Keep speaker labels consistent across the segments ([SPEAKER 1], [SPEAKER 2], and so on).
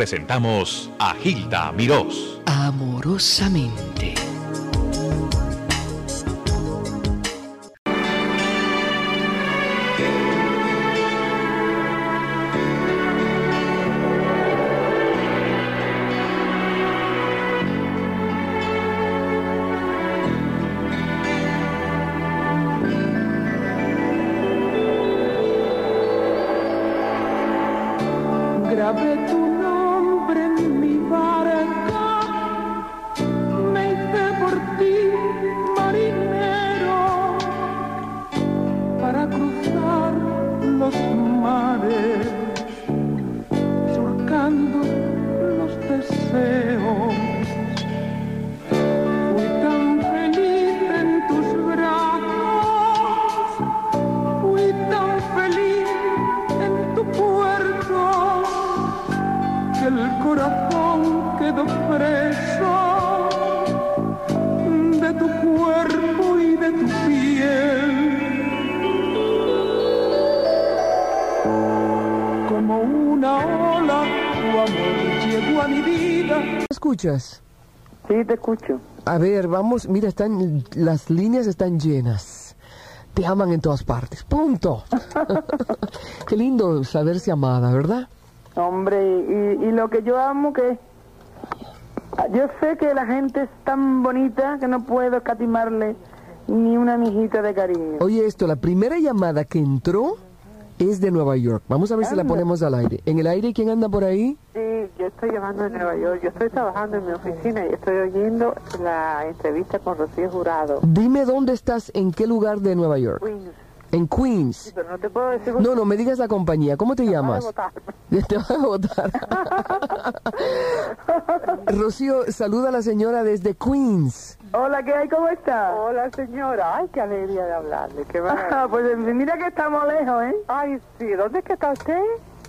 [SPEAKER 1] presentamos a Gilda Mirós.
[SPEAKER 2] amorosamente.
[SPEAKER 3] Grabé tu nombre en mi barca, me hice por ti marinero para cruzar los mares, surcando los deseos. Fui tan feliz en tus brazos. Fui tan feliz en tu puerto que el corazón quedó preso de tu cuerpo y de tu piel. Como una ola, tu amor llegó a mi vida.
[SPEAKER 4] ¿Me escuchas?
[SPEAKER 5] Sí, te escucho.
[SPEAKER 4] A ver, vamos, mira, están las líneas están llenas. Te aman en todas partes. Punto. Qué lindo saberse amada, ¿verdad?
[SPEAKER 5] Hombre, y, y lo que yo amo que... Yo sé que la gente es tan bonita que no puedo escatimarle ni una mijita de cariño.
[SPEAKER 4] Oye, esto, la primera llamada que entró es de Nueva York. Vamos a ver si la
[SPEAKER 5] Anda.
[SPEAKER 4] ponemos al aire. ¿En el aire quién anda por ahí?
[SPEAKER 6] Sí, yo estoy llamando de Nueva York. Yo estoy trabajando en mi oficina y estoy oyendo la entrevista con Rocío Jurado.
[SPEAKER 4] Dime dónde estás, en qué lugar de Nueva York.
[SPEAKER 6] Queens.
[SPEAKER 4] En Queens.
[SPEAKER 6] Pero no te puedo decir
[SPEAKER 4] No, no me digas la compañía. ¿Cómo te
[SPEAKER 6] voy a
[SPEAKER 4] llamas?
[SPEAKER 6] votar.
[SPEAKER 4] Te vas a votar. Rocío, saluda a la señora desde Queens.
[SPEAKER 5] Hola, ¿qué hay? ¿Cómo estás?
[SPEAKER 6] Hola, señora. Ay, qué alegría de hablarle. Qué maravilla.
[SPEAKER 5] Ah, pues mira que estamos lejos, ¿eh?
[SPEAKER 6] Ay, sí. ¿Dónde es que está usted?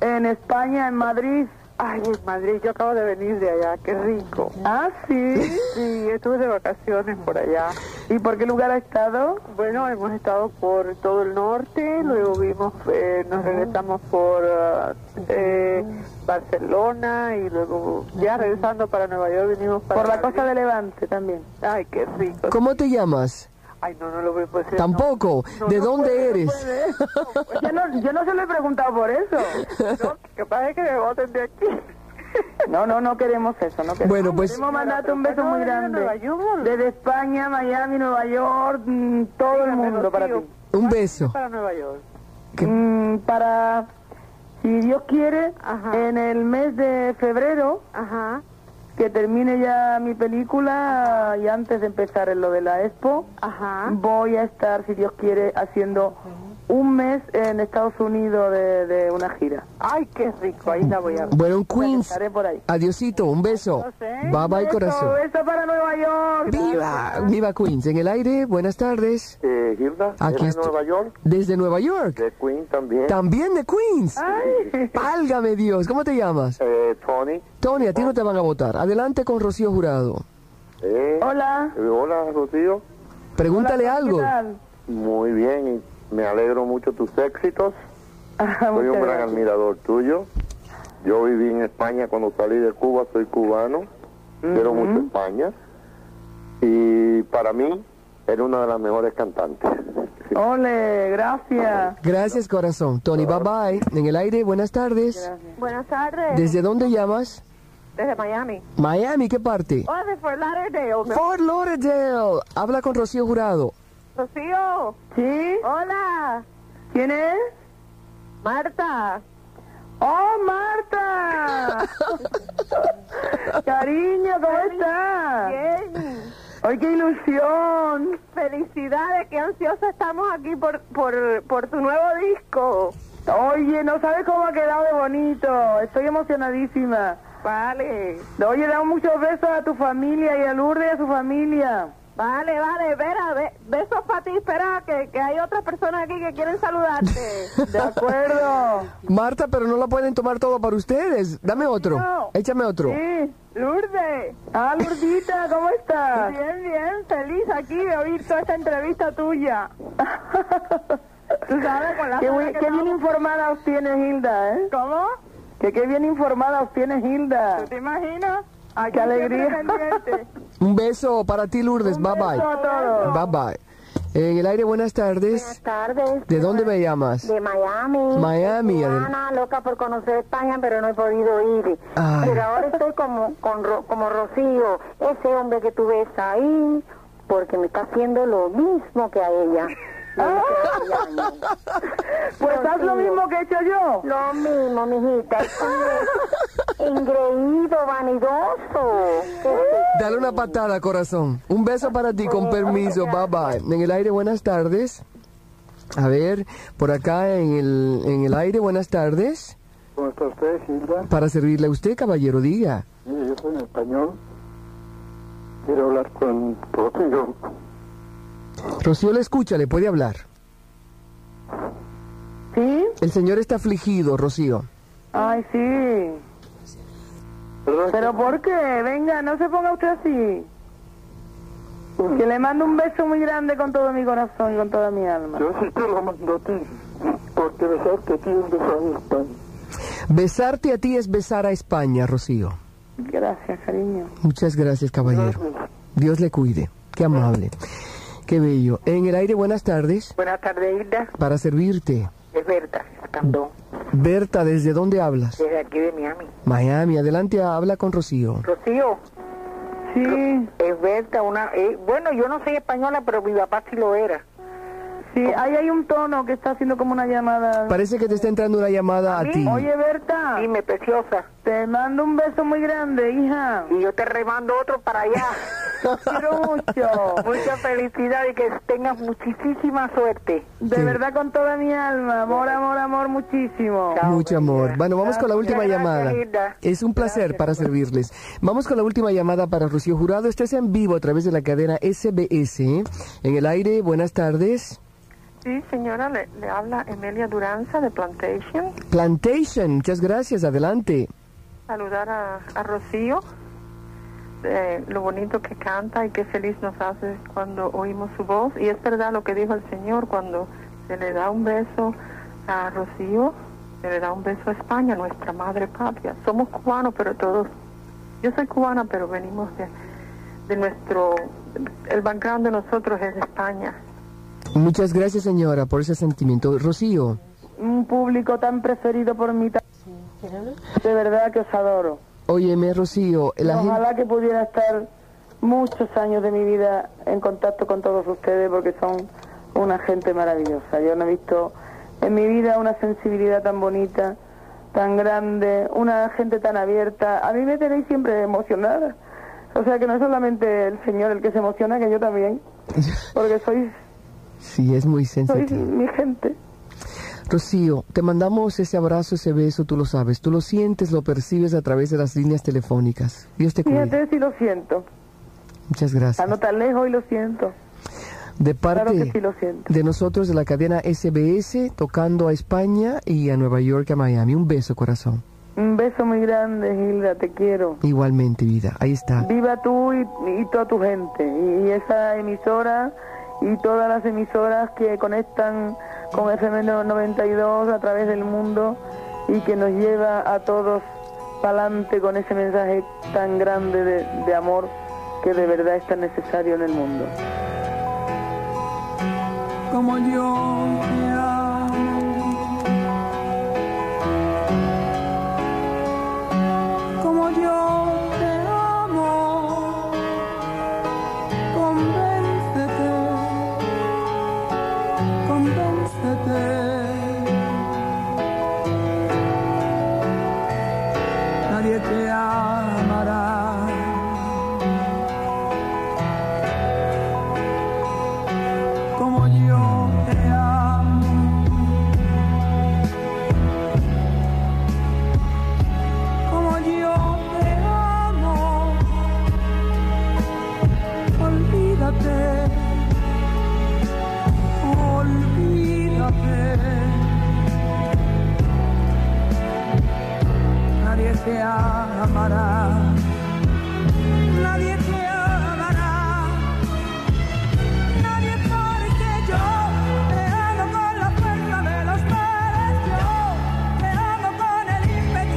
[SPEAKER 5] En España, en Madrid.
[SPEAKER 6] Ay, en Madrid. Yo acabo de venir de allá. Qué rico.
[SPEAKER 5] Ah, sí.
[SPEAKER 6] Sí, estuve de vacaciones por allá.
[SPEAKER 5] ¿Y por qué lugar has estado?
[SPEAKER 6] Bueno, hemos estado por todo el norte, luego vimos, eh, nos regresamos por ah, eh, Barcelona y luego ya regresando para Nueva York vinimos para
[SPEAKER 5] Por la
[SPEAKER 6] Madrid.
[SPEAKER 5] costa de Levante también.
[SPEAKER 6] Ay, qué rico.
[SPEAKER 4] ¿Cómo te llamas?
[SPEAKER 6] Ay, no, no lo pues, voy a decir.
[SPEAKER 4] Tampoco.
[SPEAKER 6] No,
[SPEAKER 4] ¿De
[SPEAKER 6] no
[SPEAKER 4] dónde
[SPEAKER 6] puede, no
[SPEAKER 4] eres?
[SPEAKER 6] puede.
[SPEAKER 5] Yo no, yo no se lo he preguntado por eso.
[SPEAKER 6] No, capaz es que me voten de aquí.
[SPEAKER 5] No, no, no queremos eso. No queremos.
[SPEAKER 4] Bueno, pues-
[SPEAKER 5] Queremos mandarte un beso
[SPEAKER 6] Pero
[SPEAKER 5] muy
[SPEAKER 6] no, de
[SPEAKER 5] grande.
[SPEAKER 6] Nueva York.
[SPEAKER 5] Desde España, Miami, Nueva York, mm, todo el mundo para ti.
[SPEAKER 4] Un beso.
[SPEAKER 6] Para Nueva York.
[SPEAKER 4] ¿Qué?
[SPEAKER 5] Mm, para, si Dios quiere,
[SPEAKER 6] Ajá.
[SPEAKER 5] en el mes de febrero,
[SPEAKER 6] Ajá.
[SPEAKER 5] que termine ya mi película y antes de empezar en lo de la expo,
[SPEAKER 6] Ajá.
[SPEAKER 5] voy a estar, si Dios quiere, haciendo un mes en Estados Unidos de, de una gira.
[SPEAKER 6] Ay, qué rico. Ahí la voy a ver.
[SPEAKER 4] Bueno, en Queens.
[SPEAKER 5] Estaré por ahí.
[SPEAKER 4] Adiosito, un beso. Bye bye, corazón.
[SPEAKER 5] Eso para Nueva York.
[SPEAKER 4] Viva, viva Queens. En el aire, buenas tardes.
[SPEAKER 7] Eh, Gilda,
[SPEAKER 5] Ah,
[SPEAKER 4] Aquí
[SPEAKER 7] ¿es de
[SPEAKER 4] estoy.
[SPEAKER 7] Nueva York,
[SPEAKER 4] Desde Nueva York.
[SPEAKER 7] de Queen también.
[SPEAKER 4] También de Queens.
[SPEAKER 5] Ay.
[SPEAKER 4] Válgame Dios. ¿Cómo te llamas?
[SPEAKER 7] Eh, Tony,
[SPEAKER 4] Tony, a ti no te van a votar. Adelante con Rocío Jurado.
[SPEAKER 7] eh,
[SPEAKER 5] Hola.
[SPEAKER 7] eh, hola Rocío.
[SPEAKER 4] Pregúntale
[SPEAKER 5] Hola,
[SPEAKER 4] algo.
[SPEAKER 5] ¿qué tal?
[SPEAKER 7] Muy bien, y me alegro mucho tus éxitos.
[SPEAKER 5] Ah,
[SPEAKER 7] Soy un
[SPEAKER 5] muchas
[SPEAKER 7] gran
[SPEAKER 5] gracias.
[SPEAKER 7] admirador tuyo. Yo viví en España cuando salí de Cuba, soy cubano. Quiero mucho España. Y para mí, era una de las mejores cantantes.
[SPEAKER 5] Ole, gracias.
[SPEAKER 4] Gracias, corazón. Tony, bye bye. En el aire, buenas tardes.
[SPEAKER 6] Buenas tardes.
[SPEAKER 4] ¿Desde dónde llamas?
[SPEAKER 6] Desde Miami.
[SPEAKER 4] Miami, ¿qué parte?
[SPEAKER 6] Hola, de Fort Lauderdale.
[SPEAKER 4] Fort Lauderdale. Habla con Rocío Jurado.
[SPEAKER 6] Rocío.
[SPEAKER 5] ¿Sí?
[SPEAKER 6] Hola.
[SPEAKER 5] ¿Quién es?
[SPEAKER 6] Marta.
[SPEAKER 5] ¡Oh, Marta! Cariño, ¿cómo estás?
[SPEAKER 6] Bien.
[SPEAKER 5] ¡Ay, qué ilusión!
[SPEAKER 6] Felicidades, qué ansiosa estamos aquí por, por, por tu nuevo disco.
[SPEAKER 5] Oye, no sabes cómo ha quedado de bonito. Estoy emocionadísima.
[SPEAKER 6] Vale,
[SPEAKER 5] Oye, damos muchos besos a tu familia y a Lourdes y a su familia.
[SPEAKER 6] vale, vale, espera, be- besos para ti, espera, que, que hay otras personas aquí que quieren saludarte.
[SPEAKER 5] De acuerdo.
[SPEAKER 4] Marta, pero no la pueden tomar todo para ustedes. Dame otro.
[SPEAKER 6] No.
[SPEAKER 4] Échame otro.
[SPEAKER 5] Sí.
[SPEAKER 6] Lourdes,
[SPEAKER 5] Ah, Lourdita, ¿cómo estás?
[SPEAKER 6] bien, bien, feliz aquí de oír toda esta entrevista tuya. Tú sabes, con la
[SPEAKER 5] Qué,
[SPEAKER 6] zona
[SPEAKER 5] buen-
[SPEAKER 6] que
[SPEAKER 5] qué bien
[SPEAKER 6] estamos-
[SPEAKER 5] informada os tienes, Hilda, ¿eh?
[SPEAKER 6] ¿Cómo?
[SPEAKER 5] Que qué bien informada os tienes, Hilda.
[SPEAKER 6] ¿Te imaginas? Aquí
[SPEAKER 5] Qué
[SPEAKER 6] siempre
[SPEAKER 5] alegría.
[SPEAKER 6] pendiente.
[SPEAKER 4] Un beso para ti, Lourdes. bye bye.
[SPEAKER 5] Beso a todos.
[SPEAKER 4] Bye bye. En el aire, buenas tardes.
[SPEAKER 8] Buenas tardes.
[SPEAKER 4] ¿De dónde me llamas?
[SPEAKER 8] De Miami.
[SPEAKER 4] Miami,
[SPEAKER 8] Soy
[SPEAKER 4] Adel-
[SPEAKER 8] cubana, loca por conocer España, pero no he podido ir.
[SPEAKER 4] Ay.
[SPEAKER 8] Pero ahora estoy como, con Ro- como Rocío, ese hombre que tú ves ahí, porque me está haciendo lo mismo que a ella.
[SPEAKER 5] Pues haz lo
[SPEAKER 8] Rocío.
[SPEAKER 5] mismo que he hecho yo.
[SPEAKER 8] Lo mismo, mijita. Es un Ingreído, vanidoso. ¿Qué
[SPEAKER 4] Dale una patada, corazón. Un beso para ti, con permiso. Bye bye. En el aire, buenas tardes. A ver, por acá en el, en el aire, buenas tardes.
[SPEAKER 9] ¿Cómo está usted, Hilda?
[SPEAKER 4] Para servirle a usted, caballero, diga.
[SPEAKER 9] Mire, yo soy en español. Quiero hablar con Rocío.
[SPEAKER 4] Rocío le escucha, le puede hablar.
[SPEAKER 5] ¿Sí?
[SPEAKER 4] El señor está afligido, Rocío.
[SPEAKER 5] Ay, sí.
[SPEAKER 9] ¿Verdad?
[SPEAKER 5] ¿Pero por qué? Venga, no se ponga usted así. Que le mando un beso muy grande con todo mi corazón y con toda mi alma.
[SPEAKER 9] Yo sí te lo mando a ti. Porque besarte a ti es besar a España.
[SPEAKER 4] Besarte a ti es besar a España, Rocío.
[SPEAKER 5] Gracias, cariño.
[SPEAKER 4] Muchas gracias, caballero. Dios le cuide. Qué amable. Qué bello. En el aire, buenas tardes.
[SPEAKER 6] Buenas tardes, Hilda.
[SPEAKER 4] Para servirte.
[SPEAKER 6] Es Berta Candón,
[SPEAKER 4] Berta, ¿desde dónde hablas?
[SPEAKER 6] desde aquí de Miami.
[SPEAKER 4] Miami, adelante, habla con Rocío.
[SPEAKER 6] Rocío,
[SPEAKER 5] Sí,
[SPEAKER 6] es Berta, una... eh, bueno, yo no soy española, pero mi papá sí lo era.
[SPEAKER 5] sí, ahí hay un tono que está haciendo como una llamada.
[SPEAKER 4] Parece que te está entrando una llamada a ti.
[SPEAKER 5] Oye, Berta,
[SPEAKER 6] Dime, preciosa.
[SPEAKER 5] te mando un beso muy grande, hija.
[SPEAKER 6] Y yo te remando otro para allá.
[SPEAKER 5] Te quiero mucho.
[SPEAKER 6] Mucha felicidad y que tengas muchísima suerte.
[SPEAKER 5] De
[SPEAKER 4] Sí.
[SPEAKER 5] verdad, con toda mi alma. Amor, amor, amor, muchísimo.
[SPEAKER 4] Mucho amor. Bueno, vamos con la última
[SPEAKER 6] Gracias,
[SPEAKER 4] llamada.
[SPEAKER 6] Hilda.
[SPEAKER 4] Es un placer para servirles. Vamos con la última llamada para Rocío Jurado. Estás en vivo a través de la cadena SBS. ¿eh? En el aire, buenas tardes.
[SPEAKER 6] Sí, señora, le, le habla Emelia Duranza de Plantation.
[SPEAKER 4] Plantation, muchas gracias, adelante.
[SPEAKER 6] Saludar a, a Rocío, eh, lo bonito que canta y qué feliz nos hace cuando oímos su voz. Y es verdad lo que dijo el Señor cuando se le da un beso a Rocío, se le da un beso a España, nuestra madre patria. Somos cubanos, pero todos. Yo soy cubana, pero venimos de, de nuestro. El background de nosotros es de España.
[SPEAKER 4] Muchas gracias, señora, por ese sentimiento. Rocío,
[SPEAKER 5] Un público tan preferido por mí. tan- De verdad que os adoro.
[SPEAKER 4] óyeme, Rocío, la gente...
[SPEAKER 5] Ojalá que pudiera estar muchos años de mi vida en contacto con todos ustedes porque son una gente maravillosa. Yo no he visto en mi vida una sensibilidad tan bonita, tan grande, una gente tan abierta. A mí me tenéis siempre emocionada. O sea que no es solamente el Señor el que se emociona, que yo también, porque sois,
[SPEAKER 4] Sí, es muy
[SPEAKER 5] sois
[SPEAKER 4] sensitiva.
[SPEAKER 5] mi gente.
[SPEAKER 4] Rocío, te mandamos ese abrazo, ese beso, tú lo sabes, tú lo sientes, lo percibes a través de las líneas telefónicas. Dios te cuide.
[SPEAKER 5] Fíjate si lo siento.
[SPEAKER 4] Muchas gracias.
[SPEAKER 5] Ando tan lejos y lo siento.
[SPEAKER 4] De parte
[SPEAKER 5] Claro que sí lo siento.
[SPEAKER 4] de nosotros de la cadena SBS, tocando a España y a Nueva York, a Miami. Un beso, corazón.
[SPEAKER 5] Un beso muy grande, Hilda, te quiero.
[SPEAKER 4] Igualmente, vida. Ahí está.
[SPEAKER 5] Viva tú y, y toda tu gente. Y, y esa emisora y todas las emisoras que conectan con FM 92 a través del mundo y que nos lleva a todos para adelante con ese mensaje tan grande de, de amor que de verdad es tan necesario en el mundo.
[SPEAKER 3] como yo te amo. Como yo te amo, convéncete, convéncete. Nadie te amará. como yo te amo. Como yo te amo. Olvídate. Olvídate. Nadie te amará. Nadie te amará. Nadie porque yo te amo con la fuerza de los mares, yo te amo con el ímpetu